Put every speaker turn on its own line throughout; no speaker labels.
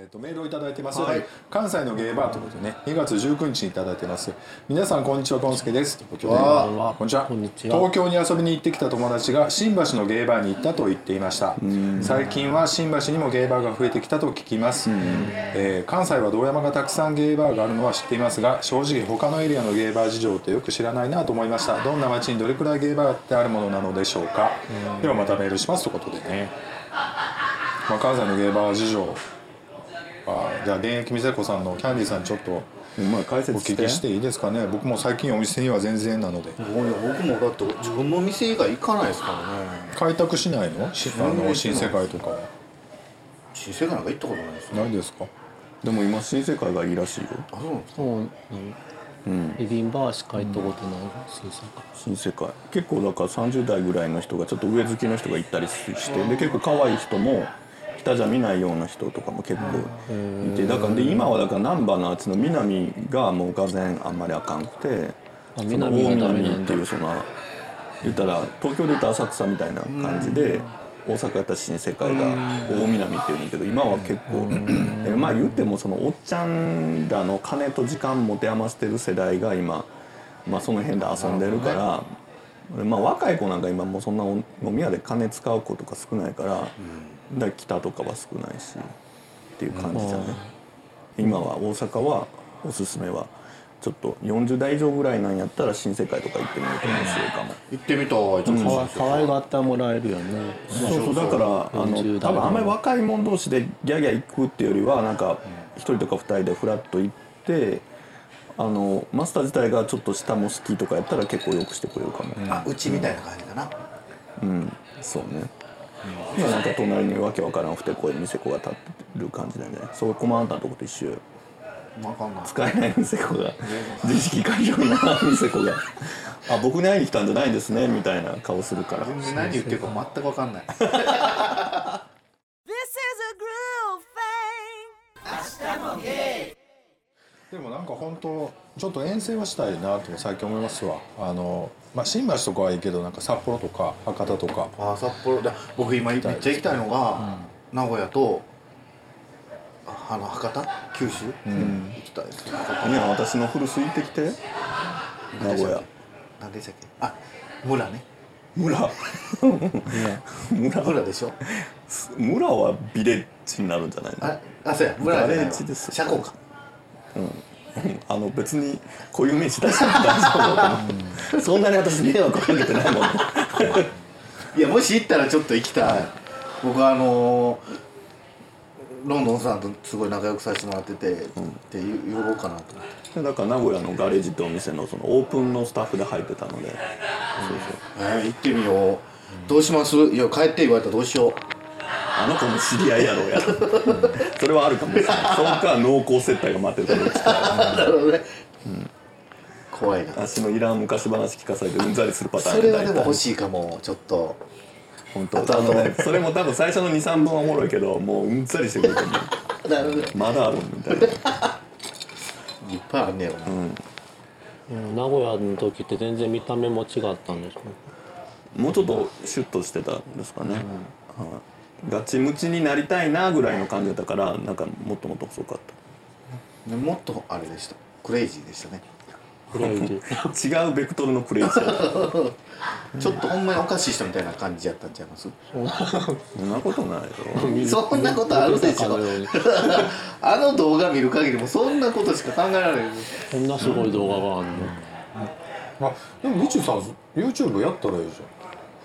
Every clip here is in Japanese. えっと、メールをいただいてます、関西のゲイバーということでね2月19日にいただいてます皆さんこんにちはこんすけですこんにちはこんにちは東京に遊びに行ってきた友達が新橋のゲイバーに行ったと言っていました最近は新橋にもゲイバーが増えてきたと聞きます、えー関西は堂山がたくさんゲイバーがあるのは知っていますが正直他のエリアのゲイバー事情ってよく知らないなと思いましたどんな街にどれくらいゲイバーってあるものなのでしょうかではまたメールしますということでね、まあ、関西のゲイバー事情あじゃあ現役美佐子さんのキャンディーさんちょっと
まあ解
お
説し
聞
て
きしていいですかね僕も最近お店には全然なので
もういや僕もだって自分の店以外行かないですからね
開拓しないのしあの新世界とかは
新世界なんか行ったことないですね
ないですか
でも今新世界がいいらしいよ
あそうなんですか
そうなんビビンバはしか行ったことない新鮮か
新世界結構だから30代ぐらいの人がちょっと上好きの人が行ったりしてで結構可愛い人も北じゃ見ないような人とかも結構いてだからで今はだから難波のあっちの南がもうがぜんあんまりあかんくて
あ
その
南が
大
ダメなんだ
南っていうその言ったら東京で言ったら浅草みたいな感じで。大阪やったら新世界が大南っていうんだけど今は結構でまあ言ってもそのおっちゃんらの金と時間持て余してる世代が今まあ、その辺で遊んでるから、まあ、若い子なんか今もうそんなお飲み屋で金使う子とか少ないから,、だから北とかは少ないしっていう感じじゃね、今は大阪はおすすめはちょっと40代以上ぐらいなんやったら新世界とか行ってみると面白いかも。
行ってみたいちょっと
わ可愛がってもらえるよね
そうそうだからあ
40
の
代
多分あんまり若い者同士でギャーギャー行くっていうよりはなんか一人とか二人でフラッと行ってあのマスター自体がちょっと下も好きとかやったら結構よくしてくれるかも、
あうちみたいな感じかな
そうね、今なんか隣にわけわからんふてこい店子が立ってる感じなんじゃないそう困ったとこと一緒よ
わかんない
使えない店子 が自意識過剰な店子が あ僕に会いに来たんじゃないんですねみたいな顔するから
全然何言ってるか全くわかんない
This is a groove thing.
でもなんか本当ちょっと遠征はしたいなと最近思いますわあの、まあ、新橋とかはいいけどなんか札幌とか博多とか
あ札幌だ僕今めっちゃ行きたいのが、名古屋とああの博多九州、行きたいです
いや私の古巣行ってきて名古屋
何でしたっけあ村ね
村村
村でしょ
村はビレッジになるんじゃないの
ああそうや村じゃない
ガレ
わ
ージです
車庫か
あの別に固有名詞出しても大丈夫だと思うそんなに私迷惑かけてないもん
いやもし行ったらちょっと行きたい僕はあのーロンドンさんとすごい仲良くさせてもらってて、って言おうかなと思って
でだから名古屋のガレージってお店のそのオープンのスタッフで入ってたので、そうそう
えー行ってみよう、どうしますいや帰って言われたらどうしよ
あの子も知り合いやろうやとそれはあるかもしれないそっか濃厚接待が待ってるからどっち
う
か
なるほどね、怖いな
私のいらん昔話聞かされてうんざりするパターン
それはでも欲
い
しいかもちょっと
本当
あとあと
あのねそれも多分最初の23分はおもろいけどもううんざりしてくると思う
なるほどね
まだあるみたいない
っぱいあんねやろな、
うん名古屋の時って全然見た目も違ったんですよ
もうちょっとシュッとしてたんですかね、はいガチムチになりたいなぐらいの感じだったからなんかもっともっと細かっ
でもっとあれでしたクレイジーでしたね、
フレン チ
た違うベクトルのクレイジーだった
ちょっとほんまにおかしい人みたいな感じやったんちゃいます、
そんなことないよ
そんなことあるでしょ
見るかのように
あの動画見る限りもそんなことしか考えられない
こんなすごい動画があんの
あでも宇宙さん YouTube やったらいいじゃん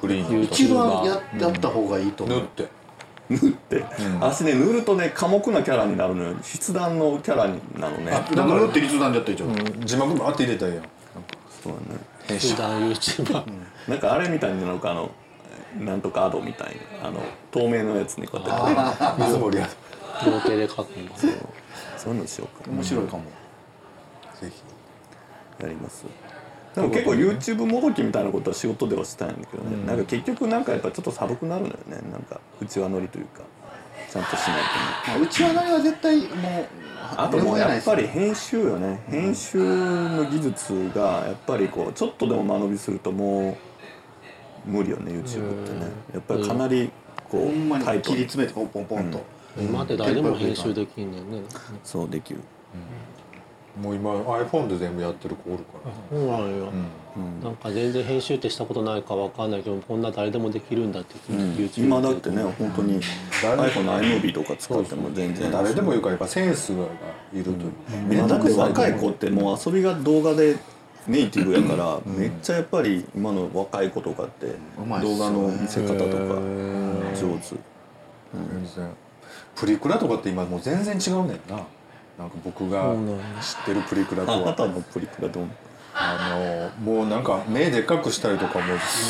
フリーに
一番ややった方がいいと思
縫
う、
って
塗って、足ね塗るとね寡黙なキャラになるのよ筆談のキャラなのね
だから縫って立断じゃったでしょ、
字幕もあって入れたらいいやん
そうだね
集団 YouTuber
なんかあれみたいなのかあのなんとかアドみたいなあの透明のやつにこうやって
水森やぜ
両手で描くのかな
そういうのしようか
面白いかも、
ひ
やりますでも結構 YouTube もどきみたいなことは仕事ではしたいんだけどね、なんか結局なんかやっぱちょっと寒くなるのよねなんかうちわ乗りというかちゃんとしないとね
まあ、うちはなりは絶対もう
あともうやっぱり
や
編集よね編集の技術がやっぱりこうちょっとでも間延びするともう無理よね YouTube ってねやっぱりかなりこ
ほんま
う
に
タイト
切り
に
詰めてポンポンポンと、
今って誰でも編集できんねんね。
そうできる
もう今 iPhone で全部やってる子おるからね
そうなのよ。なんか全然編集ってしたことないかわかんないけど、こんな誰でもできるんだって言って、YouTube
今だってね本当に iPhone の iMovie とか使っても全然
誰でもいうかやっぱセンスがいるというか、
今だって若い子ってもう遊びが動画でネイティブやから、めっちゃやっぱり今の若い子とかって
うまいっすよ
動
ね
画の見せ方とか上手
全然プリクラとかって今もう全然違うねんななんか僕が知ってるプリクラと
あな
は
たのプリクラどう
あのもうなんか目でかくしたりとかも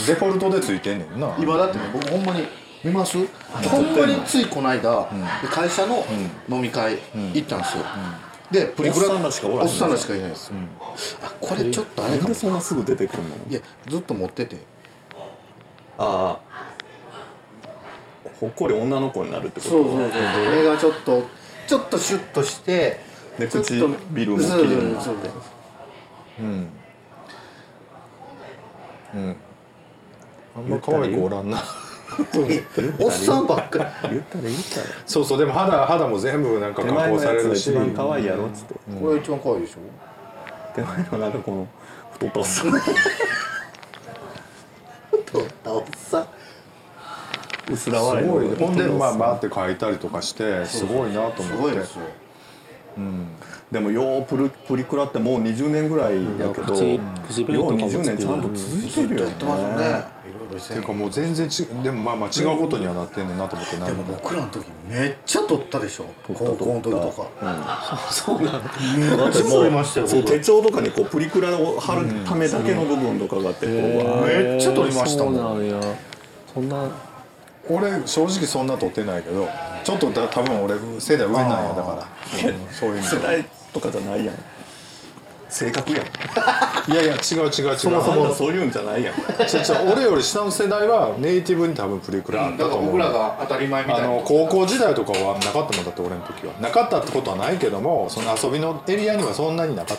デフォルトでついてんねんな
今だってね僕ほんまに見ますほんまについこの間、で会社の飲み会行ったんですよ、でプリクラ
おっさんらしかおらへん
おっさんらしかいないです、あこれちょっとあれ
なん
か
で
も
そんなすぐ出てくるの
いやずっと持ってて
ああほっこり女の子になるってこと
そうそうそうこれがちょっとちょっとシュッとして
で
ちょっと
唇も綺
そうそう
麗な
そう
うんうんあんま可愛い子おらんな
おっさんばっか
言ったら言ったら
そうそうでも肌肌も全部なんか
手
加
前の
工され
やつが
るし
一番可愛いやろっつって、
りこれが一番可愛いでしょ
手前のなんかこの太ったおっさん
取ったおっさん
薄ら
す
笑い
ごい
の
ほんでまあバーって書いたりとかしてすごいなと
す
思
ご
っ
い
て
ですよ
でもようプルプリクラってもう20年ぐらいだけど
口
よう
唇とかも
20年ちゃんと続いてるよ
やってますよねい
ね
ろいろして
ていうかもう全然ちでもまあまあ違うことにはなってんねんなと思ってな
でも僕らの時めっちゃ取ったでしょ高校の時とか
だって
そう言いましたよ
そう
僕は
手帳とかにこうプリクラを貼るためだけの部分とかがあってこうわー
めっちゃ撮りましたもん
そうなんや。そんな
俺正直そんな撮ってないけどちょっとだ多分俺世代上なんやだからそういう意味
世
で
代とかじゃないやん性格やん
いやいや違う違う違う
そもそもそういうんじゃないやん
違う違う俺より下の世代はネイティブに多分プリクラあったと思う、
が当たり前み
あの高校時代とかはなかったもんだって俺の時はなかったってことはないけどもその遊びのエリアにはそんなになかっ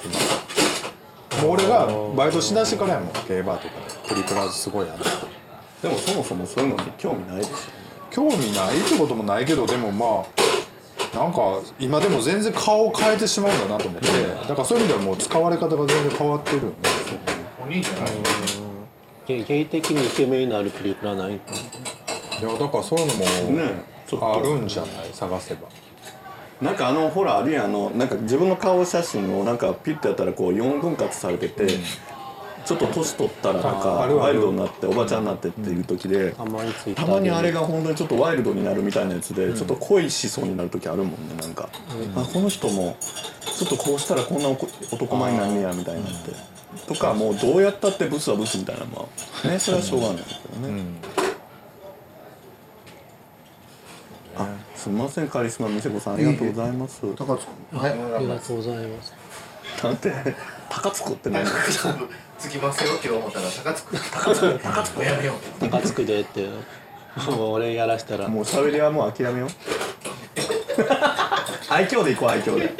たもんもう俺がバイトしだしてからやもんゲーバーとかでプリクラすごいやって
でもそもそもそういうのに興味ないでしょ
興味ないってこともないけどでもまあなんか今でも全然顔を変えてしまうんだなと思ってだからそういう意味ではもう使われ方が全然変わってるよね
お兄ちゃん
ゲゲイ的にイケメンになるプリクラないんか。
いやだからそういうの
ねちょっ
もあ
と
るんじゃない探せば
なんかあのほらあるいはあのなんか自分の顔写真をなんかピッてやったらこう4分割されてて、ちょっと年取ったらなんか
ああるある
ワイルドになっておばちゃんになってっていう時で、
たまにツイッタ
た
ー
まにあれが本当にちょっとワイルドになるみたいなやつで、ちょっと恋しそうになる時あるもんねなんか、あこの人もちょっとこうしたらこんなおこ男前になんねやみたいになって、とかもうどうやったってブスはブスみたいなまあねそれはしょうがないけどね、あすみませんカリスマ美世子さんありがとうございます
高津君は
あ
い
りがとうございます。
なんて高津子って何
つきますよって思ったら高津君高津君高津君やめよう
高津区でって。もう俺やらしたら。
もう喋りはもう諦めよう 愛嬌でいこう愛嬌で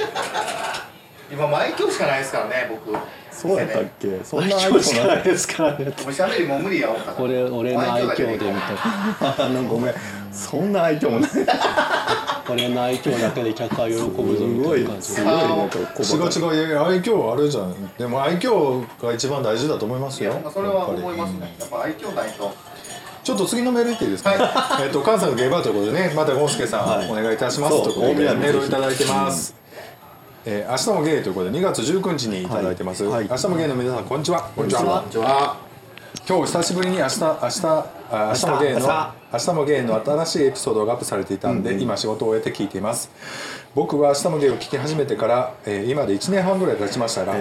今毎挙しかないですからね僕
そうやったっけそんな愛嬌なかっ
ですからね。
おしゃべりもう無理やおった
俺俺の愛嬌でみたいな。
たあのごめんそんな愛嬌もないす
俺の愛嬌だけで客は喜ぶぞみた
ご
い
い
な感じ
す。ごいなんか
違
小
う
バカ
違ういや愛嬌あるじゃんでも愛嬌が一番大事だと思いますよ
まあそれは思います
やっぱり
ね。やっぱ愛嬌ないと。
ちょっと次のメールいっていいですか、えっと関西のゲーバーということでねまたゴンスケさん、
はい
お願いいたします
そう
ということでメ
大宮の
ールをいただいてます、えー明日もゲイということで2月19日にいただいてます、
はいはい
明日もゲイの皆さんこんにちはこんにちは
じゃあ
今日久しぶりに明日明日あ明日もゲイの
明日
明日もゲイの新しいエピソードがアップされていたんで、今仕事を終えて聞いています僕は明日もゲイを聞き始めてから、えー今で1年半ぐらい経ちましたが、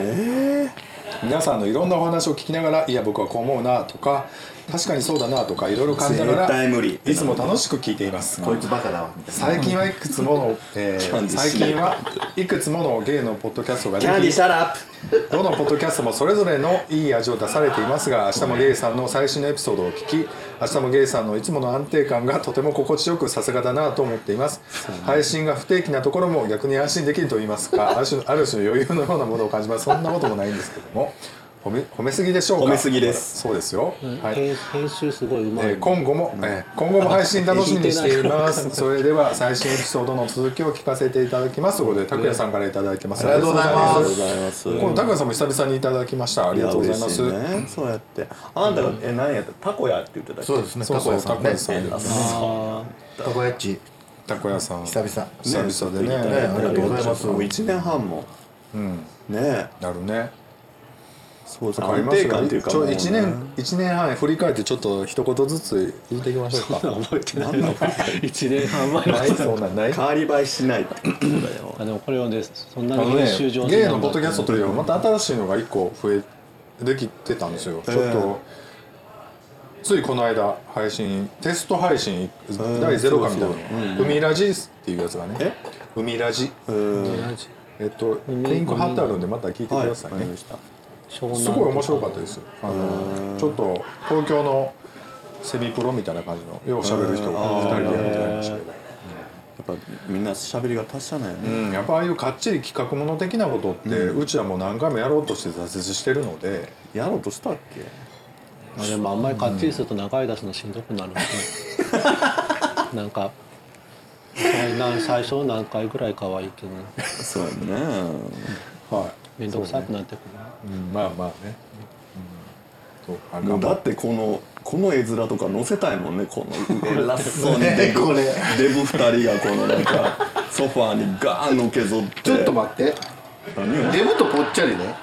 皆さんのいろんなお話を聞きながらいや僕はこう思うなとか確かにそうだなとかいろいろ感じながら
絶対無理
いつも楽しく聞いています
こいつバカだわ
最近はいくつもの、えー
キャンディー
最近はいくつものゲイのポッドキャストがで
キャンディ
き
シャラップ
どのポッドキャストもそれぞれのいい味を出されていますが明日もゲイさんの最新のエピソードを聞き明日もゲイさんのいつもの安定感がとても心地よくさすがだなと思っています配信が不定期なところも逆に安心できると言いますかある種ある種の余裕のようなものを感じますそんなこともないんですけども褒め褒めすぎでしょうか
褒めすぎです
そうですよ、はい
編編集すごいうまい、
えー今後も、えー今後も配信楽しみにしています。それでは最新エピソードの続きを聞かせていただきます。ということで、拓也さんからいただいてます。ありがとうござい
ありが
ま
とうございます
この拓也さんも久々にいただきました。ありがとうございます。
や嬉しねそうやってあなたがえ何やったタコやって言ってたっけ
そうですね
そうそう、
た
拓
こや
也
さ
さ
んね
んで
あ
す。
た
あ
こやっち
たこやさん。
久々
久々でね。
ねありがとうございます
もう一年半も
うん、
ね え
なるね。
そうですね
わかり
安
ます
定
よ
感というか
ちょ
もうね
一年、一年半振り返って、ちょっと一言ずつ言っていきましょう
あ
か。
覚えてないの1年半前の
ないそうなんない。
変わり映えしないってことだよ
あでもこれはねそんな
あ
に
のね
編集、上手
ゲイ
な
の
ん
ポ
だ
ッドキャストというよりもまた新しいのが1個増えできてたんですよ、
え
ちょっとついこの間配信テスト配信第0回みたいな「海ラジ」っていうやつがね「海ラジ
うん」
えっとリンク貼ってあるんでまた聞いて
はい
くだ
わ
さ
か
い
り
ね
ました
湘南
すごい面白かったですあのちょっと東京のセミプロみたいな感じのようしゃべる人が2人でやってはりましたけど
やっぱみんな喋りが達者なんや
う
ね
ん、やっぱああいうかっちり企画もの的なことって、うちはもう何回もやろうとして挫折してるので
やろうとしたっけ
あでもあんまりかっちりすると長い出すのしんどくなる んでなんか最難最初何回ぐらいかはいいけど
そうやね
は
面倒くさくなってくる、
い、うん、まあまあね、うん、そうあ
も
頑
うだ
張
っ
って
このこの絵面とか載せたいもんねこの偉そうにデ
ね
ブ
これ
デブ2人がこのなんか ソファーにガーンのけぞって
ちょっと待って
何を
デブとぽっちゃりね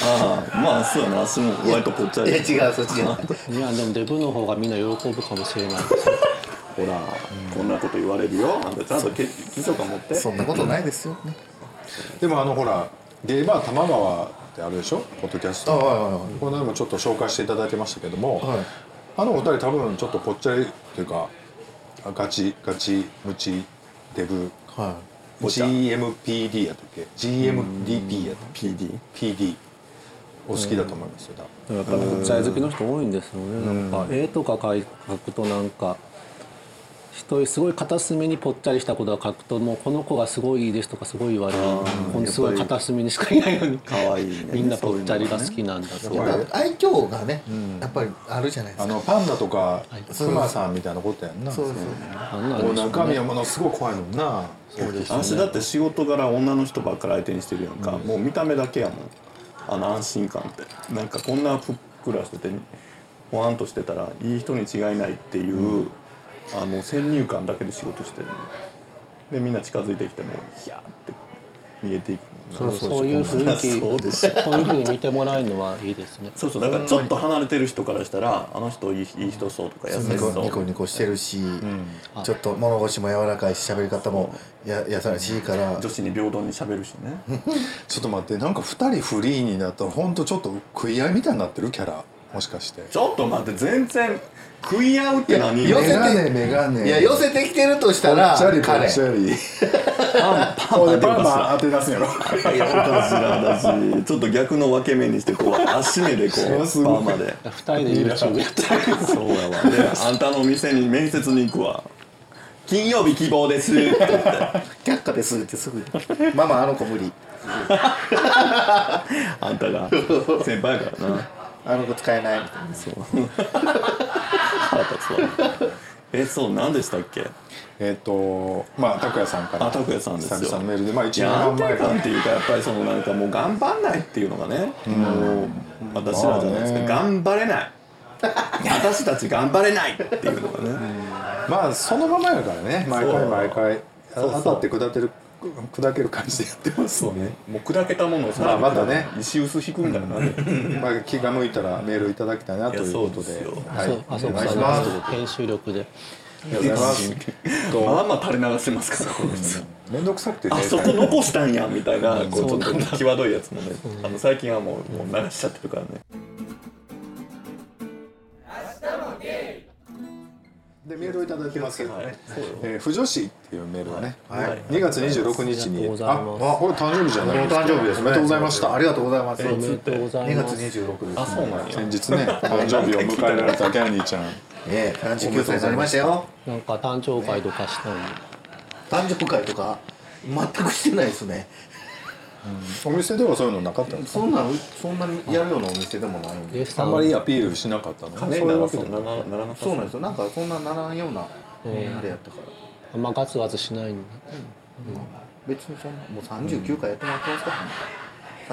ああまあそうやな足も割とぽっちゃ
い
り
や違うそっちじゃない
いやでもデブの方がみんな喜ぶかもしれない
ほら、こんなこと言われるよあんたちゃんと基基礎か持って
そんなことないですよね
でもあのほらゲイバー玉川ってあるでしょポッドキャス
あ
ト
はいはいはい
この間もちょっと紹介していただいてましたけども、
はい
あのお二人多分ちょっとぽっちゃりというかあガチガチムチデブ
は
GMPD やったっけ GMDP やったっけ
PD
PD お好きだと思いますよ多分
やっぱ国際好きの人多いんですよねなんか絵とか描くとなんか人すごい片隅にぽっちゃりしたことを描くともうこの子がすごいいいですとかすごい言われるこのすごい片隅にしかいないように
可愛いね
みんなぽっちゃりが好きなんだって
いやっぱ愛嬌がねやっぱりあるじゃないで
あ
すか
のパンダとか
そう
クマさんみたいなことやんな
そうそう
あんなん
もう
でしょ
中身はものすごい怖いもんなそうです
私だって仕事柄女の人ばっかり相手にしてるやんか、もう見た目だけやもんあの安心感ってなんかこんなふっくらしててほわんとしてたらいい人に違いないっていう、あの先入観だけで仕事してるのでみんな近づいてきてもヒャーって逃げていく
そうそういう雰囲気
そうでしょ
そういうふうに見てもらえるのはいいですね
そうそうだからちょっと離れてる人からしたらあの人いいいい人そうとか優
そう
し
ニ
そ
コ
う
ニコニコしてるし、ちょっと物腰も柔らかいし喋り方もや優しいから
女子に平等に喋るしね
ちょっと待ってなんか2人フリーになったらほんとちょっと食い合いみたいになってるキャラもしかして
ちょっと待って全然食い合うって何
いや寄
メ
せ
ガネメガネ
いや寄せてきてるとしたら
ぽっちゃりぽ
彼
っちゃり
パンパン
こ
当
れ
て
で
る
パン
かしら
マン当て出すんやろ
いやおかしらだしちょっと逆の分け目にしてこう足目でこうパ
すごい
ーマで
二人で YouTube やって
そうやわであんたの店に面接に行くわ金曜日希望ですって言って
却下ですってすぐ「ママあの子無理
あんたが先輩やからな
あの子使えない」みたい
そう腹立つわえそう何でしたっけ
えっとまあ拓哉さんから
あ拓也さんですよ
久々のメールでまあ1
い
年
や
半
安定
前か
感
ら
っていうかやっぱりそのなんかもう頑張んないっていうのがね、もう私らじゃないです
ま
か、
あね
頑張れない私たち頑張れないっていうのがね、
まあそのままやからね毎
そ
回
う
毎回あ
そうそう
当たって砕ける砕ける感じでやってますよね
もう砕けたものをさ
まあまたね
石臼引くんだな、
まあ気が向いたらメールいただきたいなということで
いやそうですよ
はい
あそう
お願
か
い
そ
し
う
ます
か編集力で
ありがとうございます
まあまあ垂れ流してますからこいつ
面倒くさくて
あそこ残したんやみたいなこうちょっと際どいやつもねあの最近はもうもう流しちゃってるからね
でメールをいただいてます、
はいそうよ
えー、不女子っていうメールがね、
はい
はい2月26日に
ありがとうございます
ああこれ誕生日じゃな
な
いですかおめでとうございました
ありがとうございます
おめでとうござい
2
ます
月26日
あそうなんや
先日ね 誕生日を迎えられたギャニーちゃん
ええ39歳になりましたよ
なんか誕生会とかしたのに
誕生会とか全くしてないですね
お店ではそういうのなかったんです
そんなのそんなにやるようなお店でもないんで
レス
かあ
さ
ん
ん
まりアピールしなかったの
ね
そうい
な
う
ら
わけ
そ
で
う
も
ならならなか
そうなんですよなんかそんなならんようなあれやったから
あんまガツガツしないんだ
別にそんなもう39回やってもらってますか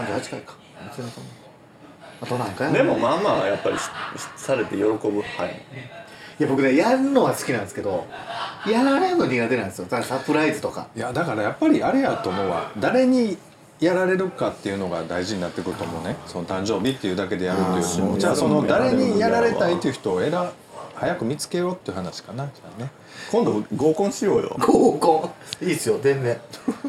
ら38回か別にそんなあと何回
でもまあまあやっぱりししされて喜ぶはい
いや僕ねやるのは好きなんですけどやられるの苦手なんですよだからサプライズとか
いやだからやっぱりあれやと思うわ誰にやられるかっていうのが大事になってくると思うねその誕生日っていうだけでやるっていうのもじゃあその誰にやられたいっていう人を選早く見つけようっていう話かなじゃあね
今度合コンしようよ
合コンいいっすよ全然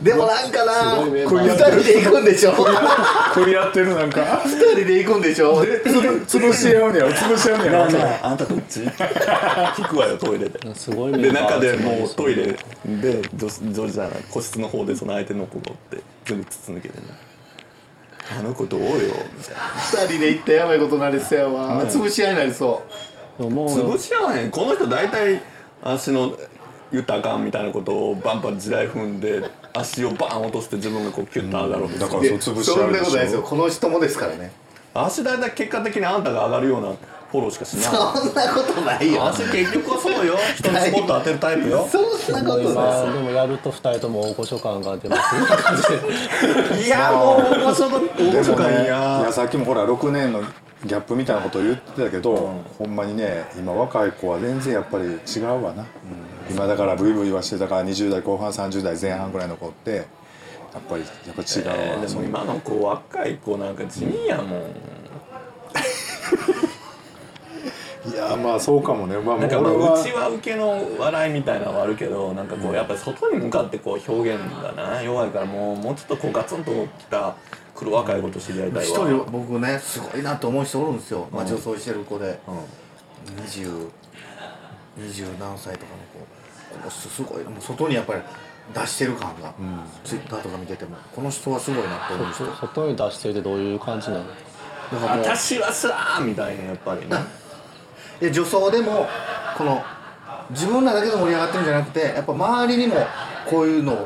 でもなんかな
すごいメンバー
2人で行くん でしょ2
食い合ってるなんか
人で行くんでしょ
潰し合うねやろ潰し合うねやろ
あんたどっち聞くわよトイレで
すごいメ
で
ンバ
中
ー
でもうトイレで女子女子じゃない個室の方でその相手の子がおって全部筒抜けてねあの子どうよみたいな
2人で行ったらやばいことになりそうやわ潰し合いになりそう
でもも
潰
う
し合わへんこの人大体足の言ったらあかんみたいなことをバンバン地雷踏んで足をバーン落として自分がこうキュッと上がろうとす
だ
る
から
で
そう潰し
そ
合うん
な
で
ことないで
し
すよ
ょ
この人もですからね
足大体結果的にあんたが上がるようなフォローしかし
そ
なん
なことない
い
よ
足結局はそうよ人にスポット当てるタイプよ
そんなことない
まあでもやると2人とも大御所感が出ます ね感じで
いやもう大御所の大御
で
所
も
か
ね
い
い
や
やさっきもほら6年のギャップみたいなことを言ってたけど、ほんまにね今若い子は全然やっぱり違うわな、今だからブイブイはしてたから20代後半30代前半ぐらいの子ってやっぱりやっぱ違うわ、
えーでも今の子若い子なんか地味やもん
いやまあそうかもねまあ
なんかまあ
俺は
うちは受けの笑いみたいなのはあるけどなんかこうやっぱり外に向かってこう表現がな弱いからもうもうちょっとこうガツンときた黒若い子と知り合いたい
一
わ
人僕ねすごいなと思う人おるんですよ、まあ、女装してる子で、二十二十何歳とかの子この人すごいなもう外にやっぱり出してる感が、ツイッターとか見ててもこの人はすごいなって思う人だ
外に出してるってどういう感じなの
からもう
私はさーみたいなやっぱりね
で女装でもこの自分らだけで盛り上がってるんじゃなくてやっぱ周りにもこういうのを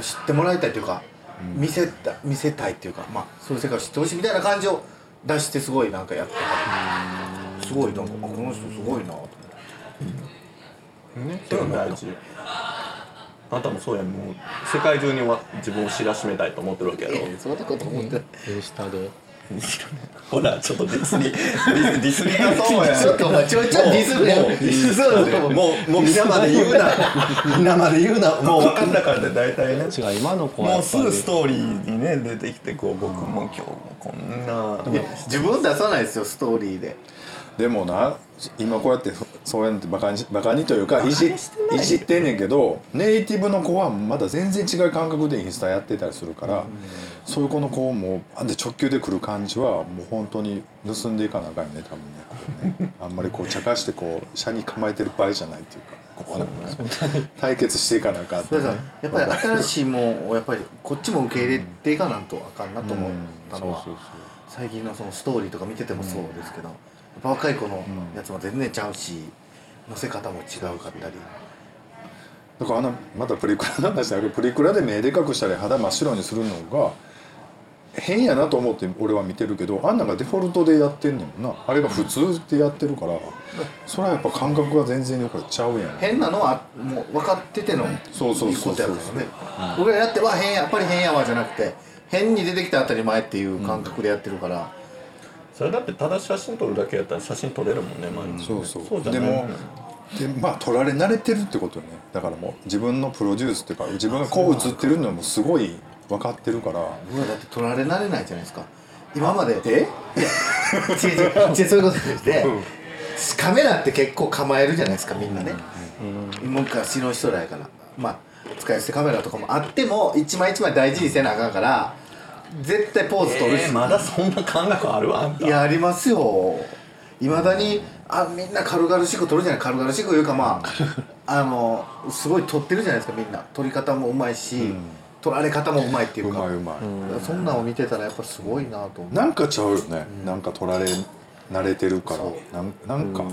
知ってもらいたいというか、見せた見せたいっていうか、まあ、そういう世界を知ってほしいみたいな感じを出してすごいなんかやってはるすごいなんかあこの人すごいなと思って
そういうの大事あなたもそうやんもう世界中にわ自分を知らしめたいと思ってるわけやろ
そんなこと思って
インスタで
ほらちょっとディスりディスディスりがそうや ん
ちょっとお前ちょいちょいディスるやん
もうもうもうもう皆まで言うな皆まで言うなもう 分かんなかった大体ね
違う今の子は
も
や
う
っ
す
ぱり
ぐストーリーにね出てきてこう僕も今日もこんな
自分出さないですよストーリーで
でもな今こうやってそそうやってバカにバカにというかいじいじってんねんけどネイティブの子はまだ全然違う感覚でインスタやってたりするから、そういう子の子もあんで直球で来る感じはもう本当に盗んでいかなあかんよね多分ね あんまりこう茶化してこう車に構えてる場合じゃないっていうかここはね対決していかなあかんって
だ
ね
からやっぱり新しいもんをやっぱりこっちも受け入れていかなんとあかんなと思ったのは、最近のそのストーリーとか見ててもそうですけど、やっぱ若い子のやつも全然ちゃうし載せ方も違うかったり
だからあのまたプリクラの話だけどプリクラで目でかくしたり肌真っ白にするのが変やなと思って俺は見てるけどあんなんがデフォルトでやってんねんもんなあれが普通でやってるからそれはやっぱ感覚が全然よくちゃうやん
変なのはもう分かってての
そうそうそうそう
いことやからね僕らやっては変ややっぱり変やわじゃなくて変に出てきた当たり前っていう感覚でやってるから、
それだってただ写真撮るだけやったら写真撮れるもんね毎日ね
そうそう
そうじゃな
で
い
もでまあ取られ慣れてるってことよねだからもう自分のプロデュースっていうか自分がこう映ってるのもすごい分かってるから
僕らだって取られ慣れないじゃないですか今までえいや違う違う違 うそういうことでして、カメラって結構構えるじゃないですかみんなね、昔の人らやからまあ使い捨てカメラとかもあっても一枚一枚大事にせなあかんから絶対ポーズ取るし、
えーまだそんな感覚あるわあんた
いやありますよいまだにあみんな軽々しく撮るじゃない軽々しくいうかま ああのすごい撮ってるじゃないですかみんな撮り方もうまいし、撮られ方もうまいっていううか
まいうまい、
そんなんを見てたらやっぱすごいなと思う
なんかちゃうよね、なんか取られ慣れてるから
そ
なんなんか、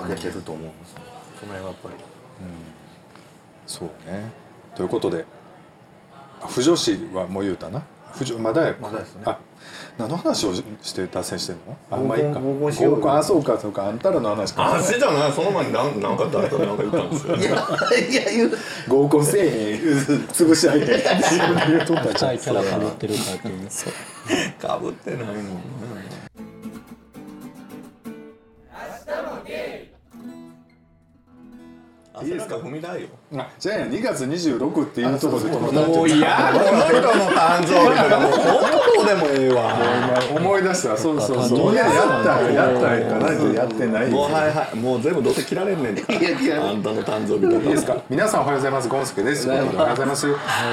負けてると思うんですよその辺はやっぱり
そうねということで不女子はもう言うたな不女まだや
まだですね
あ何の話をして脱線してんのあん
合
まあいいか
コン合コンしようよ
合コンあそうかそうかあんたらの話か
あしてたなその前になんなんか誰かなんか言ったんですよ
いやいや言う
合コンせえへん潰し合いで自分 で言うとったじゃ
硬
ん
いキャラかぶってるからっていう
かぶってないもんな明日もゲイいいですか踏み台よ
あじゃあ2月26っていうところで止まった
もういやこの人の誕生日とかもう本当でもええわ
今思い出したそうそう
誕
そ
生
う
日
いややったらやったらやったらやってない
もうはいはいもう全部どうせ切られんねんからあんたの誕生日とか
いいですか皆さんおはようございますゴンスケですおはようございます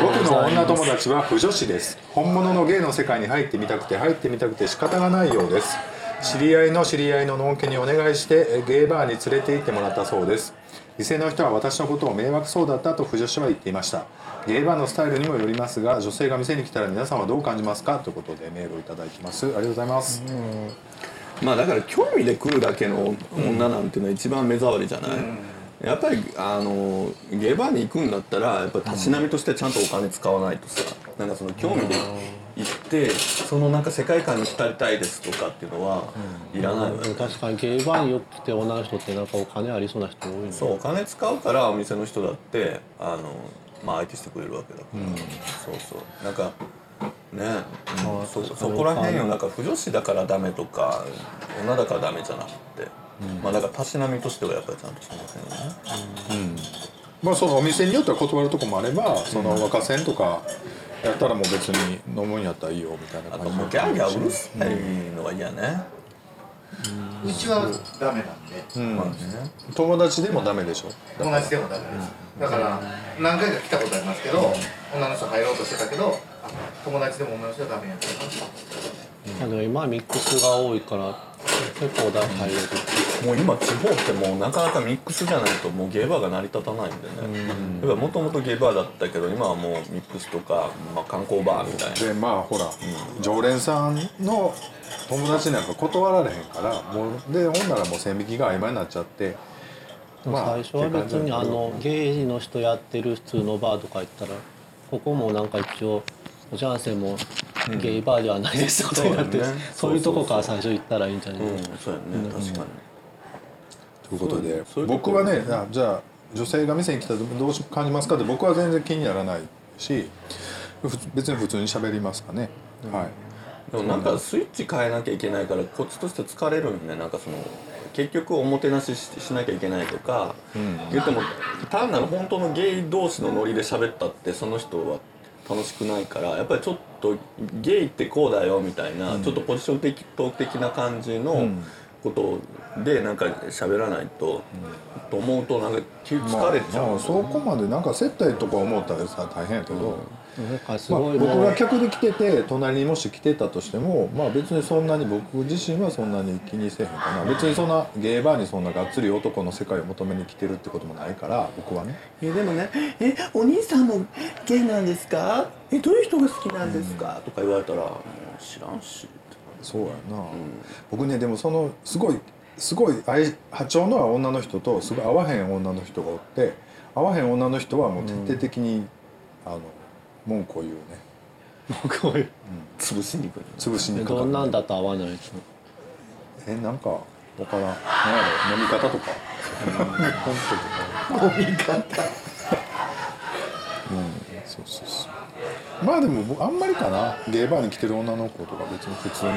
僕の女友達は不女子です本物の芸の世界に入ってみたくて入ってみたくて仕方がないようです知り合いの知り合いののんけにお願いしてえゲイバーに連れて行ってもらったそうです店の人は私のことを迷惑そうだったと不女子は言っていましたゲイバーのスタイルにもよりますが女性が店に来たら皆さんはどう感じますかということでメールをいただきますありがとうございます
まあだから興味で来るだけの女なんていうのは一番目障りじゃない、やっぱりあのゲバーに行くんだったらやっぱたしなみとしてちゃんとお金使わないとさなんかその興味で行ってそのなんか世界観に浸りたいですとかっていうのはいらないわよ、
の確かにゲイバーによく来て女の人ってなんかお金ありそうな人多いね
そうお金使うからお店の人だってあの、まあ、相手してくれるわけだから、そうそうなんかね、うんそそこら辺よなんか不女子だからダメとか女だからダメじゃなくて、まあだからたしなみとしてはやっぱりちゃんとその辺をね
まあ、そのお店によっては断るとこもあればその若せんとかやったらもう別に飲むんやったらいいよみたいな
あ
感
と
じ
もうギャーギャーうるさいのが嫌ね、
うちはダメなんで
まあね
友達でもダメでしょ
友達でもダメですだから何回か来たことありますけど女の人入ろうとしてたけどあ友達でも女の人はダメやった
あの今はミックスが多いから結構だ入れる
もう今地方ってもうなかなかミックスじゃないともうゲーバーが成り立たないんでね、やっぱもともとゲーバーだったけど今はもうミックスとか、まあ、観光バーみたいな
でまあほら、常連さんの友達なんか断られへんからもうでほんならもう線引きが曖昧になっちゃってまあ
最初は別にあの芸事の人やってる普通のバーとか行ったらここもなんか一応おじゃんせもゲイバーではないですことになって
そう
る
だね
そういうとこから最初行ったらいいんじゃない
うんそうやね確かに
ということで
そういうとこ
僕はねあじゃあ女性が店に来たらどう感じますかって僕は全然気にならないしふ別に普通に喋りますかね、はい
でもなんかスイッチ変えなきゃいけないからこっちとして疲れるんねなんかその結局おもてなしししなきゃいけないとか、言っても単なる本当のゲイ同士のノリで喋ったってその人は楽しくないからやっぱりちょっとゲイってこうだよみたいな、ちょっとポジション的トーク的な感じのことでなんか喋らないと、と思うとなんか急に疲れちゃう、
まあそこまでなんか接待とか思ったらさ大変やけど、
なんかす
まあ、
ごい
僕
もう
が客で来てて隣にもし来てたとしてもまあ別にそんなに僕自身はそんなに気にせえへんかな別にそんなゲーバーにそんながっつり男の世界を求めに来てるってこともないから僕はね
えでもね「えお兄さんもゲイなんですかえ」どういう人が好きなんですか、とか言われたら「もう知らんし」
そうやな、僕ねでもそのすごいすごいあい波長の合う女の人とすごい合わへん女の人がおって合わへん女の人はもう徹底的に、あの文句を言うね
僕は潰しに行く
潰しに
で
かか
ど
る
んなんだと合わないと
えなんか分からんなんやろ飲み方とか本当とか そうそうそうまあでも僕あんまりかなゲイバーに来てる女の子とか別に普通に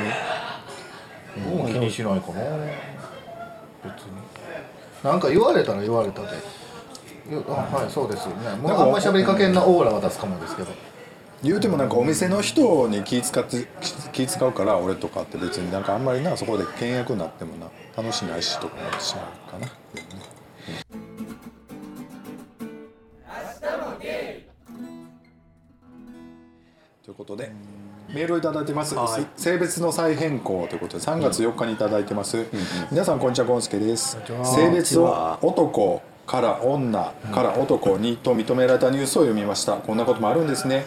僕は気にしないかな別になんか言われたら言われたでいやあはいそうですよねもうあんまり喋りかけんなオーラは出すかもですけど
言うてもなんかお店の人に気使って気使うから俺とかって別になんかあんまりなそこで倹約になってもな楽しないしとかもしないかなということでメールをいただいてます、
はい
性別の再変更ということで3月4日にいただいてます、皆さんこんにちはゴンスケです性別を男から女から男にと認められたニュースを読みましたこんなこともあるんですね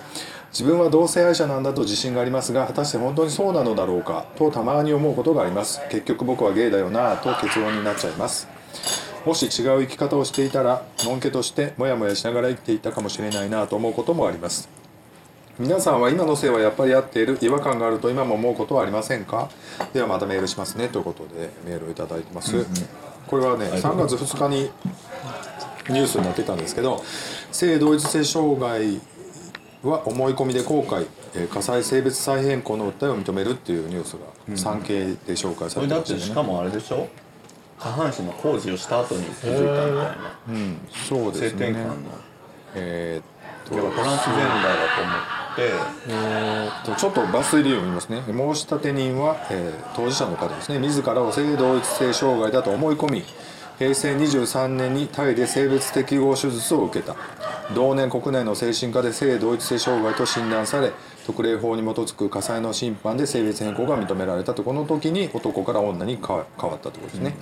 自分は同性愛者なんだと自信がありますが果たして本当にそうなのだろうかとたまに思うことがあります結局僕はゲイだよなぁと結論になっちゃいますもし違う生き方をしていたらのんけとしてモヤモヤしながら生きていたかもしれないなぁと思うこともあります皆さんは今の性はやっぱり合っている違和感があると今も思うことはありませんかではまたメールしますねということでメールをいただいてます、これはね3月2日にニュースになってたんですけど性同一性障害は思い込みで後悔、えー、加西性別再変更の訴えを認めるっていうニュースが産経で紹介されて
これだ
まし
っ
た
て
ね
しかもあれでしょ下半身の工事をした後に気づいたみたいな
そうで
性
す
転換の
ねえー
やっぱトランスジェンダーだと思って
とちょっと抜粋理由を見ますね申立人は、えー当事者の方ですね自らを性同一性障害だと思い込み平成23年にタイで性別適合手術を受けた同年国内の精神科で性同一性障害と診断され特例法に基づく火災の審判で性別変更が認められたとこの時に男から女に変わ変わったということですね、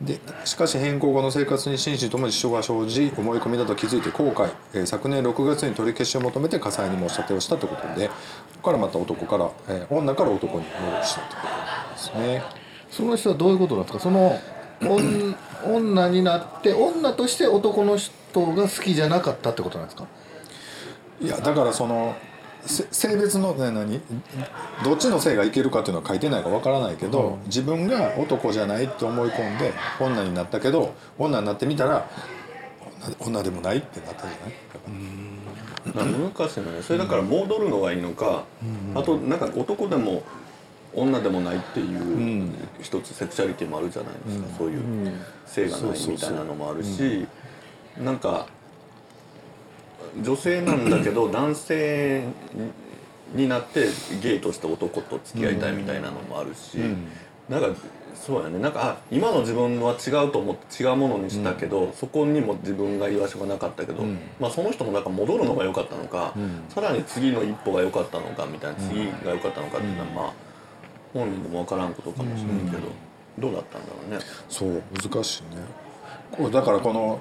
でしかし変更後の生活に心身ともに支障が生じ思い込みだと気づいて後悔、えー昨年6月に取り消しを求めて火災に申し立てをしたということでここからまた男から、えー女から男に戻したということなんですね
その人はどういうことなんですかその女女になって女として男の人が好きじゃなかったってことなんですか
いやだからそのせ性別の、ね、何どっちの性がいけるかっていうのは書いてないかわからないけど、自分が男じゃないって思い込んで女になったけど女になってみたら女女でもないってなったじゃないだから
難しいのねそれだから戻るのがいいのか、あとなんか男でも女でもないっていう、一つセクシャリティもあるじゃないですか、そういう性がないみたいなのもあるし、なんか女性なんだけ ど男性になってゲイとして男と付き合いたいみたいなのもあるし、なんかそうやねなんかあ今の自分は違うと思って違うものにしたけど、そこにも自分が居場所がなかったけど、まあ、その人もなんか戻るのが良かったのか、さらに次の一歩が良かったのかみたいな次が良かったのかっていうのはまあ本人でも分からんことかもしれないけど、どうだったんだろうね。
そう難しいねこうだからこの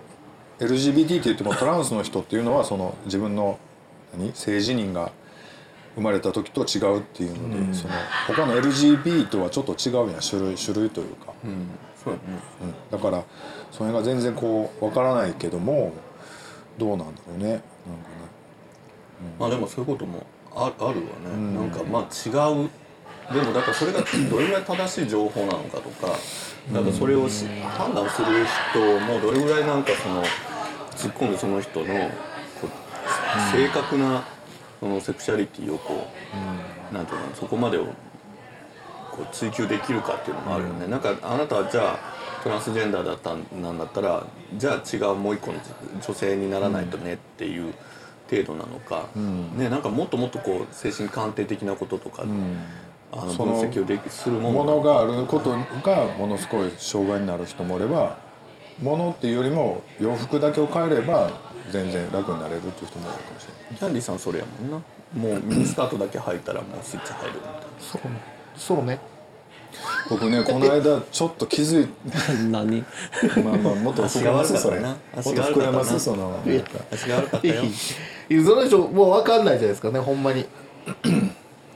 LGBT って言ってもトランスの人っていうのはその自分の何性自認が生まれた時と違うっていうので、その他の LGB とはちょっと違うやん種類種類というか、
うんそうやね
うんだからその辺が全然こうわからないけどもどうなんだろうねなんかね
まあでもそういうこともああるわね、なんかまあ違うでもだからそれがどれぐらい正しい情報なのかとかなんかそれをし、判断する人もどれぐらいなんかその突っ込んでその人のこう正確なそのセクシャリティをこう、なんていうのかなそこまでをこう追求できるかっていうのもあるよね、なんかあなたはじゃあトランスジェンダーだったんなんだったらじゃあ違うもう一個の女性にならないとねっていう程度なのか、ね、なんかもっともっとこう精神鑑定的なこととか、あの
そ
分
の
析をできするもの
ものがあることがものすごい障害になる人もおればものっていうよりも洋服だけを変えれば全然楽になれるっていう人もいるかもしれない。
キャンディーさんそれやもんなもうミニスカートだけ履いたらもうスイッチ入るみたいな。
そうそうね
僕ねこの間ちょっと気づい
何
てまあまあもっと膨らますそれ
足が
もっと
悪かっ
膨ら
たな
ま
足が悪かった
す
な
その
いや
足が悪かった よ
いやその人もう分かんないじゃないですかねほんま に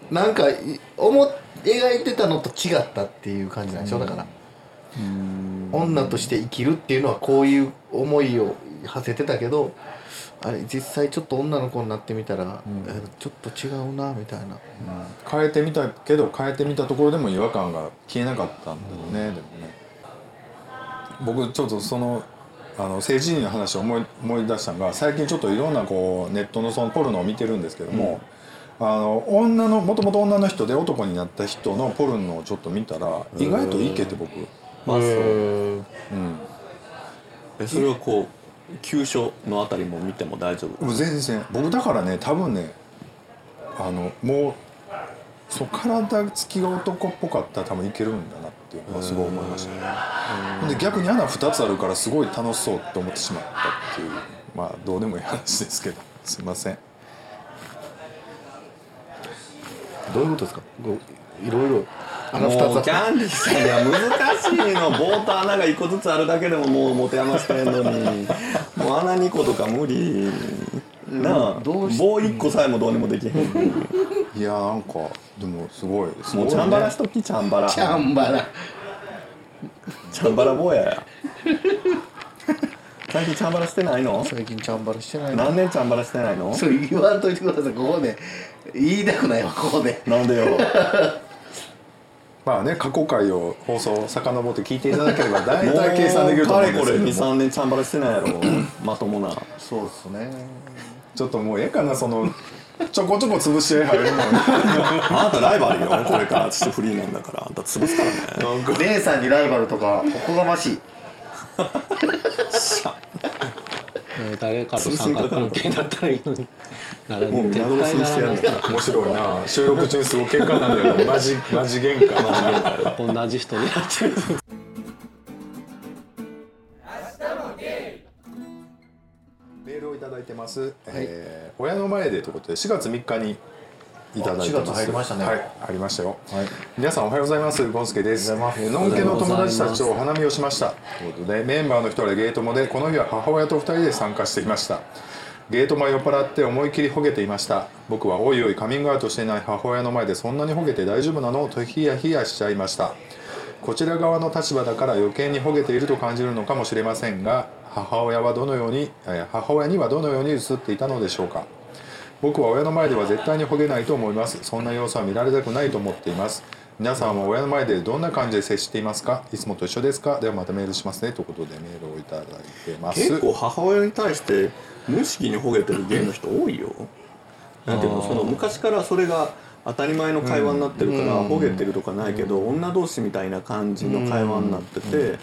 なんかい思っ描いてたのと違ったっていう感じなんでしょだから女として生きるっていうのはこういう思いを馳せてたけどあれ実際ちょっと女の子になってみたら、えーちょっと違うなみたいな、
変えてみたけど変えてみたところでも違和感が消えなかったんだよね、でもね僕ちょっとそのあの政治人の話を思い思い出したのが最近ちょっといろんなこうネットのそのポルノを見てるんですけども、あの女のもともと女の人で男になった人のポルノをちょっと見たら意外といいけて僕。
まあそう、えそれはこう急所のあたりも見ても大丈夫
もう全然僕だからね多分ねあのもうそう体つきが男っぽかったら多分いけるんだなっていうのはすごい思いましたねで逆に穴2つあるからすごい楽しそうって思ってしまったっていうまあどうでもいい話ですけどすいません
どういうことですかこういろいろ穴二つ
も
あ
うキャンディーさんには難しいの棒と穴が一個ずつあるだけでももう持て余してんのにもう穴2個とか無理なあ
どうし
棒1個さえもどうにもできへん
いやーなんかでもすごいすご
も
いうね
チャンバラしときチャンバラ
キャンバラ
チャンバラ坊やや最近チャンバラしてないの
最近チャンバラしてない
何年チャンバラしてないの
それ言わんといてくださいここで言いたくないわここで
なんでよ
まあね過去回を放送遡って聞いていただけれ ば大体計算できると思うんですけ
もうかれ
ど
これ
も
23年チャンバラしてないやろまともな
そうですね
ちょっともうええかなそのちょこちょこ潰し合い入るのに
あなたライバルよこれからちょっとフリーなんだからあんた潰すからね
姉さんにライバルとかおこがましい
えー誰かと三角関係だったらいいのになら
もう
絶
名残
対
し
な
して
ら
や
な
る
い
面白いな収録中にすごい喧嘩なんだよなマジマジ喧嘩マジ喧嘩
同じ人になっちゃう
メールをいただいてます、えー親の前でということで4月3日にいただいてます
あ4月入りましたね
はい入りましたよ、皆さんおはようございますゴンスケですえーのんけの
おはようござい
友
ます
達たちとお花見をしましたということでメンバーの一人でゲートモでこの日は母親と2人で参加していましたゲートマ酔っ払って思い切りほげていました僕はおいおいカミングアウトしていない母親の前でそんなにほげて大丈夫なのとヒヤヒヤしちゃいましたこちら側の立場だから余計にほげていると感じるのかもしれませんが母親はどのようにえー母親にはどのように映っていたのでしょうか僕は親の前では絶対にほげないと思いますそんな様子は見られたくないと思っています皆さんは親の前でどんな感じで接していますかいつもと一緒ですかではまたメールしますねということでメールをいただいてます
結構母親に対して無意識にほげてるゲイの人多いよなんていうのその昔からそれが当たり前の会話になってるから、ほげてるとかないけど、女同士みたいな感じの会話になってて、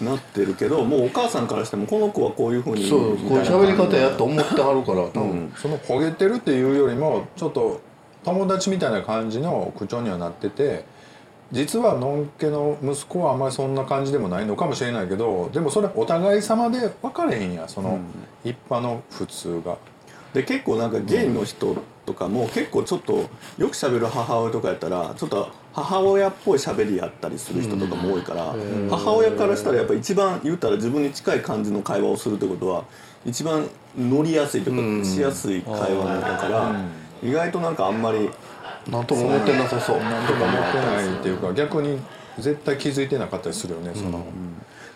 なってるけどもうお母さんからしてもこの子はこういうふうに
そうこういう喋り方やと思ってはるから多分、
その焦げてるっていうよりもちょっと友達みたいな感じの口調にはなってて実はのんけの息子はあんまりそんな感じでもないのかもしれないけどでもそれお互い様で分かれへんやその一般の普通が。
で結構なんかゲイの人とかも結構ちょっとよく喋る母親とかやったらちょっと母親っぽい喋りやったりする人とかも多いから、母親からしたらやっぱ一番言ったら自分に近い感じの会話をするってことは一番乗りやすいというかしやすい会話なんだから、意外となんかあんまり
なんとも思ってなさそう
なんとか持ってないっていうか逆に絶対気づいてなかったりするよねその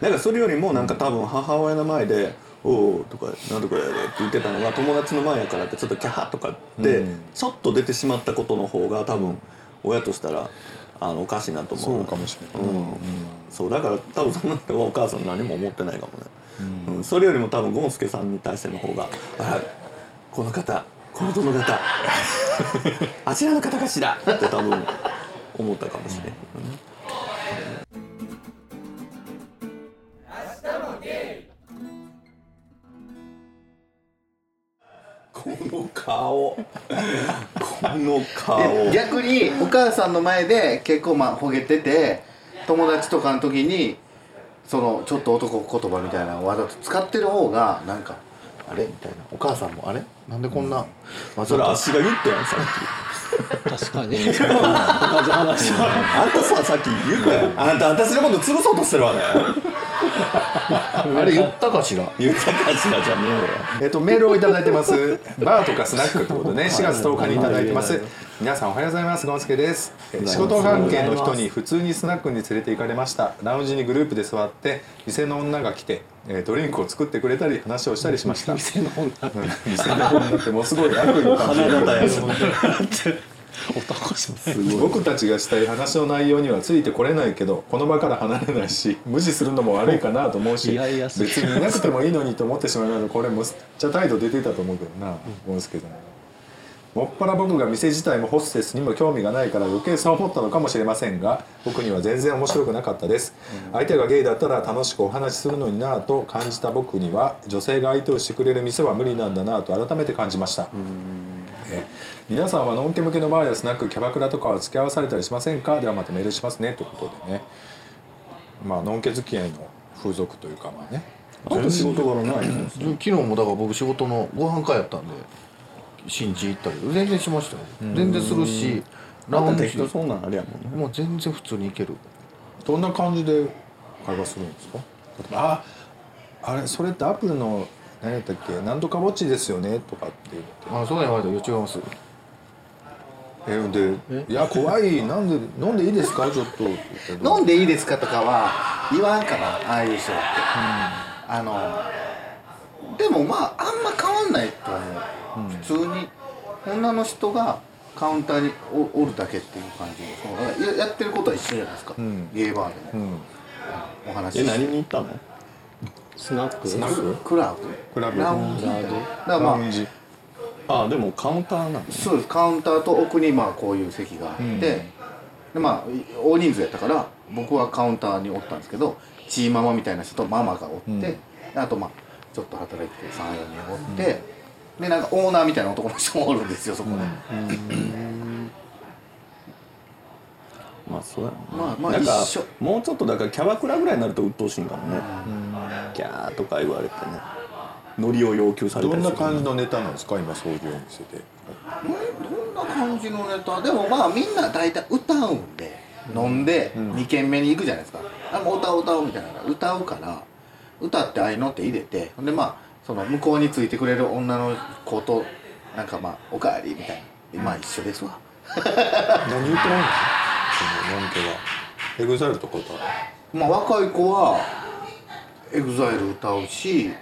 なんかそれよりもなんか多分母親の前で「おお」とか「なんとかやで」って言ってたのが友達の前やからってちょっと「キャハ」とかってちょっと出てしまったことの方が多分親としたらあのおかしいなと思
そ
う
うかもしれない
うんそうだから多分そんなのはお母さん何も思ってないかもね、うんそれよりも多分ゴンスケさんに対しての方が「あらこの方この殿 方あちらの方かしら」って多分思ったかもしれない、この顔この顔
で逆にお母さんの前で結構まあほげてて友達とかの時にそのちょっと男言葉みたいなのをわざと使ってる方がなんかあれみたいなお母さんもあれなんでこんな、わざ
それ
と
足が言ったやんさっき
確かに同じ話
あんたささっき言ったやんあんた私のこと潰そうとしてるわね
あれ言ったかしら
言ったかしらじゃねえよ
えっと、メールをいただいてます。 バーとかスナックってことね、4月10日にいただいてます。皆さんおはようございます。ゴンスケです。えー仕事関係の人に普通にスナックに連れて行かれました。ラウンジにグループで座って、店の女が来て、えードリンクを作ってくれたり、話をしたりしま した。うん
店の女
店の女ってもうすごい悪意を感じ
花
る。
形やそ
男じゃない
僕たちがしたい話の内容にはついてこれないけどこの場から離れないし無視するのも悪いかなと思うし
いやいや
別にいなくてもいいのにと思ってしまうのこれむっちゃ態度出てたと思うけどなゴンスケさんもっぱら僕が店自体もホステスにも興味がないから余計そう思ったのかもしれませんが僕には全然面白くなかったです、相手がゲイだったら楽しくお話しするのになぁと感じた僕には女性が相手をしてくれる店は無理なんだなぁと改めて感じました、え皆さんはのんけ向けのバーやスナックキャバクラとかは付き合わされたりしませんかではまたメールしますねということでねまあのんけ付き合いの風俗というかまあね
あんた仕事柄ないの
昨日もだから僕仕事のご飯会やったんで新地行ったけど全然しましたよ全然するしラ
あ
ウ
ん
ン
た
ジ
適当そんなんあれやもんね
もう全然普通に行ける
どんな感じで会話するんですかああれそれってアップルの何やったっけ何とかウォッチですよねとかって言って
あそうだよ言われたら違います
えで「いや怖いなんで飲んでいいですかちょっと」って言って
飲んでいいですかとかは言わんかなああいう人だって、あのでもまああんま変わんないと思う、普通に女の人がカウンターにおおるだけっていう感じそのややってることは一緒じゃないですか、ゲーバーでも、お話
え
し
何に行ったの
スナックス
クラウ
クラブ
ラウンジみたいな
ラウンジ
だから
ラ
ま
ウン
あ
ジ
あでもカウンターなの
そうですカウンターと奥にまあこういう席があって、でまあい大人数やったから僕はカウンターにおったんですけどチーママみたいな人とママがおって、であとまあちょっと働いて34人おって、でなんかオーナーみたいな男の人もおるんですよそこで、
まあそうやな
まあまあ
なんか
一緒
もうちょっとだからキャバクラぐらいになると鬱陶しいんかもねギャーとか言われてねノリを要求され
ど
たり
んな
する
感じのネタなんですか今そういうお店で
どんな感じのネタでもまあみんな大体歌うんで飲んで2軒目に行くじゃないですか「あもう歌う歌う」みたいな歌うから歌って合いの手入れてほんでまあその向こうについてくれる女の子となんかまあ「おかえり」みたいなまあ一緒ですわ
何言ってないんですかその飲み手はエグザイルとか歌う
まあ若い子は EXILE 歌うし、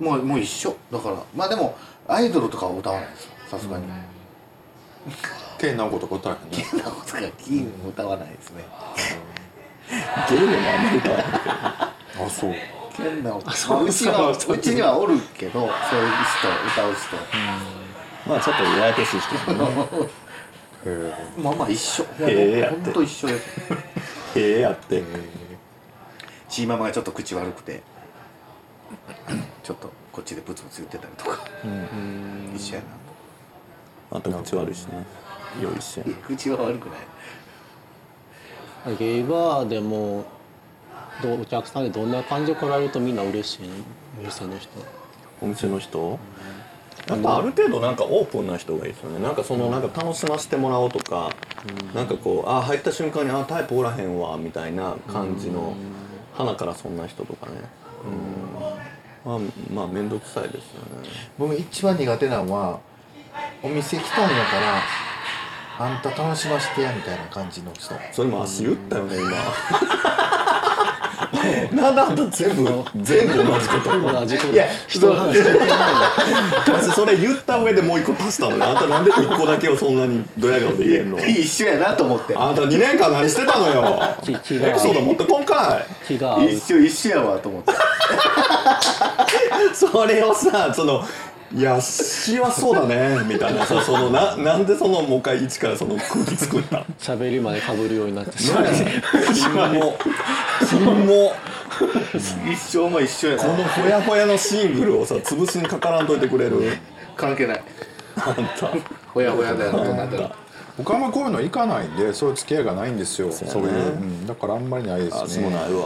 もうもう一緒だからまあでもアイドルとかは歌わないですよさすがに、
ケンナオコとか歌うよね
変なことが金も歌わないですね
ゲームもあんまり歌わない
あそう
変な音うちはうちにはおるけどそういう人歌う人、
まあちょっとややこしい人もね
まあまあ一緒ほん
へえやって
と一緒です
へえやって
チーママがちょっと口悪くて ちょっとこっちでブツブツ言ってたりとか、一緒やな
あと口悪いしねよいしょ
いや口は悪くない
ゲイバーでもどうお客さんでどんな感じで来られるとみんな嬉しいのお店の人
お店の人やっぱある程度なんかオープンな人がいいですよねなんかそのなんか楽しませてもらおうとか、なんかこうあ入った瞬間にあタイプおらへんわみたいな感じの、鼻からそんな人とかね、うんまあまあ面倒くさいですよね
僕一番苦手なのはお店来たんやからあんた楽しませてやみたいな感じの人
それも足言ったよね今 なんだあんた全部全部同じこと
同じこと
いや
人の話
私それ言った上でもう一個足したのにあんたなんで一個だけをそんなにドヤ顔で言えんの
一緒やなと思って
あんた2年間何してたのよ
気気
エ
が
ピソード持ってこんか
気が合う
一緒一緒やわと思って
いそれをさその「いやしはそうだね」みたいなさそのななんでそのもう一回一からその空気作った
喋りまでかぶるようになってしまう
のも金も
一生も一緒や
こ
な
のほやほやのシングルをさ潰しにかからんといてくれる
関係ない
あんた
ほやほやだよなんだろう
僕はあんまこういうの行かないんでそういう付き合いがないんですよそう,、いう、うん、だからあんまりないで
足
す
も
ね
ないわ、
うん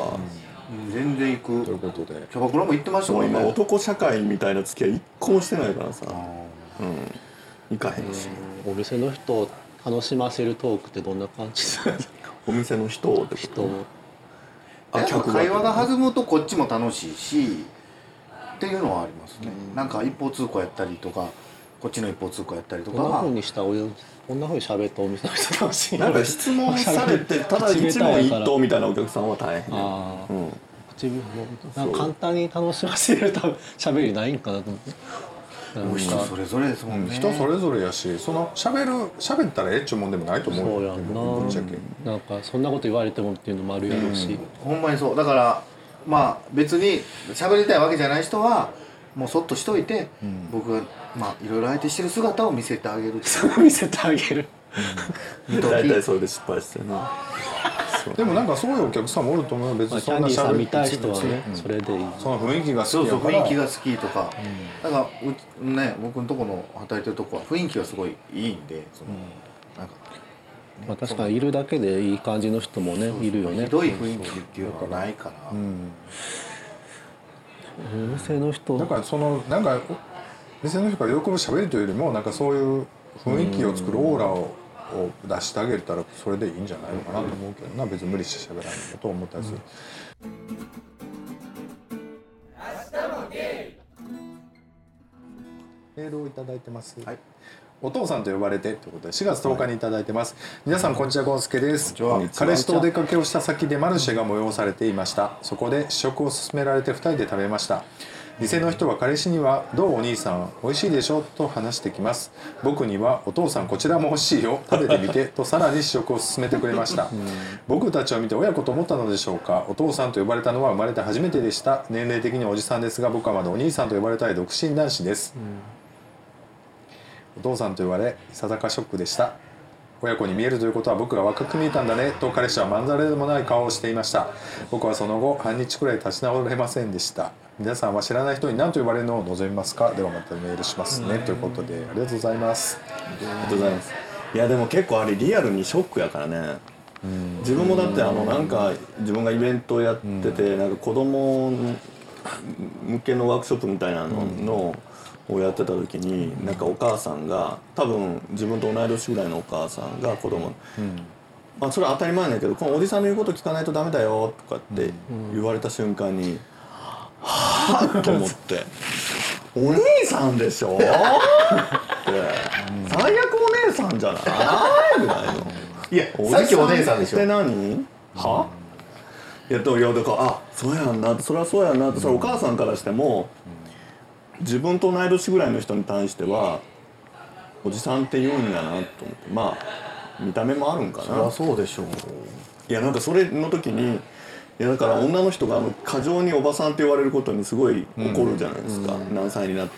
全然行
という
く
ことで
キャバクラも行ってました
も
も
うん今
ね
男社会みたいな付き合い一個もしてないからさうん行かへんし
お店の人を楽しませるトークってどんな感じですか
お店の人をってこと
人を
あ
やっぱ
が
会話が弾むとこっちも楽しいしっていうのはありますね、なんか一方通行やったりとかこっちの一方通行やったりと
こんな
か
ふうにしたおこんなふうに喋ったお店の人楽しい
なんか質問されてただ一問一答みたいなお客さんは大変
ああ、
ん
口もなんか簡単に楽しませるた喋りないんかなと思って
もう人それぞれですもんね、
人それぞれやしその喋る喋ったらええっちゅうもんでもないと思う
そう
よ
やん
ぶっちゃけ
ななんかそんなこと言われてもっていうのもあるやろうし、
ほんまにそうだからまあ別に喋りたいわけじゃない人はもうそっとしといて、僕がまあいろいろ相手してる姿を見せてあげる
そう見せてあげる
大体それで失敗してね
でもなんかそういうお客さんもおると思うよ別
ま
に
あキ
そ
ャ
んな喋
ンディーさん見
り
たい人はね、
うん
それでいい
その雰囲気が好き
そう
や
そう
から
雰囲気が好きとか、だからうね僕のとこの働いてるとこは雰囲気がすごいいいんでその、なんか
まあ、確かにいるだけでいい感じの人もねいるよね
ひどい雰囲気っていうのはないから、
お店の人
だからそのなんか店の人から喜ぶ喋るというよりもなんかそういう雰囲気を作るオーラをを出してあげたらそれでいいんじゃないのかなと思うけどな別に無理して喋らないと思ったりする、メールをいただいてます、お父さんと呼ばれてということで4月10日にいただいてます、皆さんこんにちはゴンスケです彼氏とお出かけをした先でマルシェが催されていましたそこで試食を勧められて2人で食べました店の人は彼氏には「どうお兄さん美味しいでしょ」と話してきます僕には「お父さんこちらも欲しいよ食べてみて」とさらに試食を勧めてくれました僕たちを見て親子と思ったのでしょうかお父さんと呼ばれたのは生まれて初めてでした年齢的におじさんですが僕はまだお兄さんと呼ばれたい独身男子です、お父さんと言われいささかショックでした親子に見えるということは僕が若く見えたんだねと彼氏はまんざらでもない顔をしていました僕はその後半日くらい立ち直れませんでした皆さんは知らない人に何と呼ばれるのを望みますかではまたメールしますねということでありがとうございます
ありがとうございますいやでも結構あれリアルにショックやからね自分もだってあのなんか自分がイベントやっててなんか子供向けのワークショップみたいなののをやってた時になんかお母さんが多分自分と同い年ぐらいのお母さんが子供まあそれは当たり前だけどこのおじさんの言うこと聞かないとダメだよとかって言われた瞬間にはぁと思 って「お兄さんでしょ?」って最悪お姉さん じゃないぐらいの。
いやさっきお姉さんでし
っ
ょ
て何はやっといやだからあそうやんなそれはそうやんなってそれお母さんからしても自分と同い年ぐらいの人に対してはおじさんって言うんやなと思ってまあ見た目もあるんかな
そうでしょう
いやなんかそれの時にいやだから女の人があの過剰におばさんって言われることにすごい怒るじゃないですか、何歳になっても、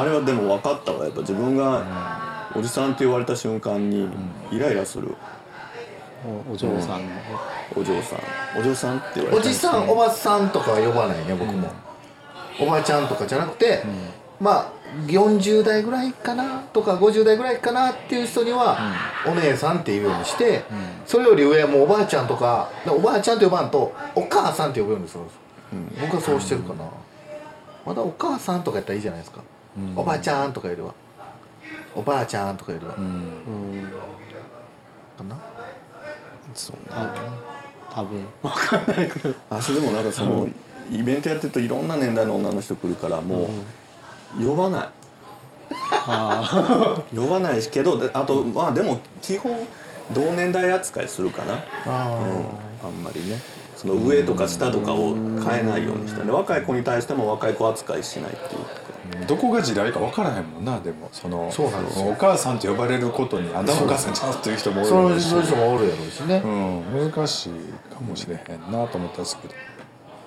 あれはでも分かったわやっぱ自分がおじさんって言われた瞬間にイライラする
おお嬢さんの、
お嬢さんお嬢さんって言われ
お
た
じさんおばさんとかは呼ばないね僕も、おばちゃんとかじゃなくて、まあ40代ぐらいかなとか50代ぐらいかなっていう人には、お姉さんっていうようにして、それより上はもうおばあちゃんとかだからおばあちゃんと呼ばんとお母さんって呼ぶようにするんです、僕はそうしてるかな、まだお母さんとかやったらいいじゃないですか、おばあちゃんとかよりはおばあちゃんとかよりは、かな
多分
あそれでもなんかそのイベントやってるといろんな年代の女の人来るからもう呼ばない 呼ばないしけどであとまあでも基本同年代扱いするかなうん、あんまりねその上とか下とかを変えないようにしたね若い子に対しても若い子扱いしないっていう
どこが時代かわからへんもんなでもその
そうなんですよ
お母さんと呼ばれることにあんたのお母さんちゃんという人も多い
そ
も
の
んし
そういう人もおるやろうしね、
うん、難しいかもしれへんなと思ったんですけど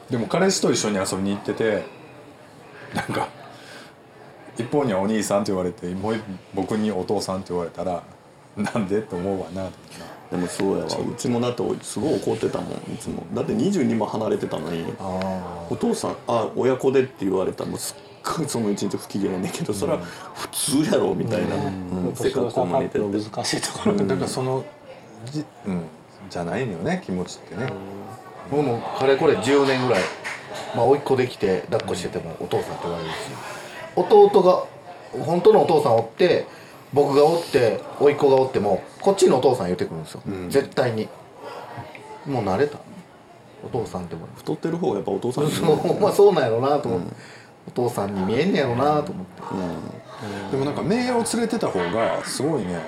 でも彼氏と一緒に遊びに行っててなんか一方にはお兄さんって言われてもう一僕にお父さんって言われたらなんでと思うわなと
でもそうやわうちもだってすごい怒ってたもんいつもだって22も離れてたのにお父さんあ親子でって言われたらもうすっごいその一日不機嫌やねんけど、それは普通やろみたいな、うん
年
性
の
格
差
も
発
似てて
表難しいところ
だからそのじ,、うん、じゃないのよね気持ちってね
僕もかれこれ10年ぐらいまあ甥っ子できて抱っこしててもお父さんって言われるし弟が本当のお父さんおって僕がおって甥っ子がおってもこっちのお父さん言ってくるんですよ、絶対にもう慣れたお父さんっても
太ってる方がやっぱお父さん
そう まあそうなんやろうなと思って、お父さんに見えんねやろうなと思って、
でもなんか名を連れてた方がすごいね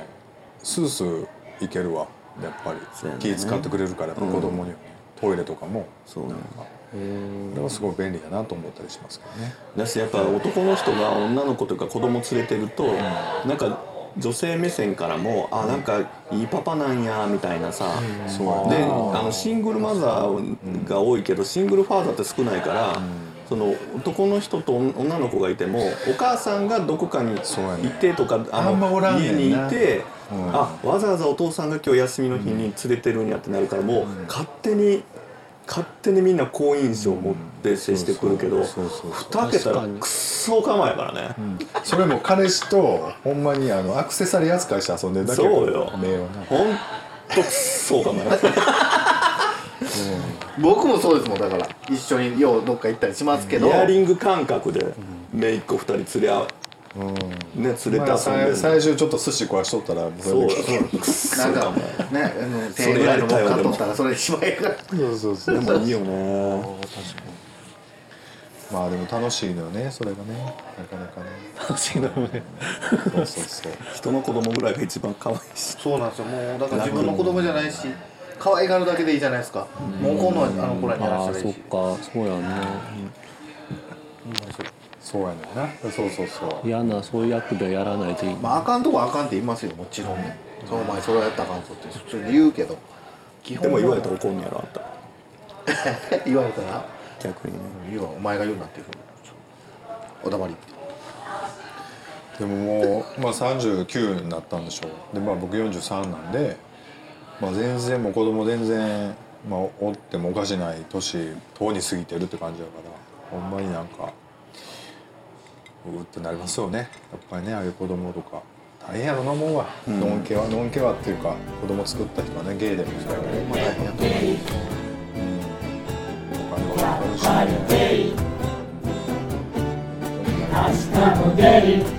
スースーいけるわやっぱり
そうやね
気使ってくれるからやっぱ子供に、トイレとかも
そうね
これはすごい便利だなと思ったりしますけどね
だしやっぱ男の人が女の子というか子供連れてると、なんか女性目線からもあなんかいいパパなんやみたいなさ、であのシングルマザーが多いけどシングルファーザーって少ないから、その男の人と女の子がいてもお母さんがどこかにい
そうやね
てとか、
あんまおらんね
家
んな
にいて、あわざわざお父さんが今日休みの日に連れてるんやってなるからもう勝手に勝手にみんな好印象を持って接してくるけど
そうそうそう
蓋開けたらくっそ構えやからね、
それも彼氏とほんまにあのアクセサリー扱いして遊んでるだけ
そうよ
名誉な
ほんとくっそ構え
僕もそうですもんだから一緒にようどっか行ったりしますけど
イヤリング感覚で姪っ子二人連れ合う、ね連れて遊んで
まあ最
る
最初ちょっと寿司食わしとったらもうそ
そ
れ
うよ
で
くっそ
なんか
構
ねあの
そ
1000
れ
円ぐらいのもん
やりたいわ
買っ
でも
とったらそれしまえから
そうそうそう
えでもいいよね
まあでも楽しいのよねそれがねなかなかね
楽しいのもね
そうそうそう
人の子供ぐらいが一番可愛いし
そうなんですよもうだから自分の子供じゃないし可愛がるだけでいいじゃないですかもうこのあの子らにやら
あ
せ
あ
たら
そ
いい
っ
し
かそうやんな
そうやねんなそうそうそう
嫌なそういう役ではやらないといい
まああかんとこはあかんって言いますよもちろんねその前それはやったらあかんぞって普通に言うけど基
で
本
も
は
言われたら怒んねやろあんた
言われたら
逆にね
言うわお前が言うなっていうお黙り
でももう、まあ、39になったんでしょうでまあ僕43なんで、まあ、全然もう子供全然、まあ、おってもおかしない年とうに過ぎてるって感じだからほんまになんかうーってなりますよねやっぱりねああいう子供とか大変やろなもんは、のんけはのんけはっていうか子供作った人はねゲイでもそうやけど
まあ大変やと思う
お金もかかるしね
明日もゲイ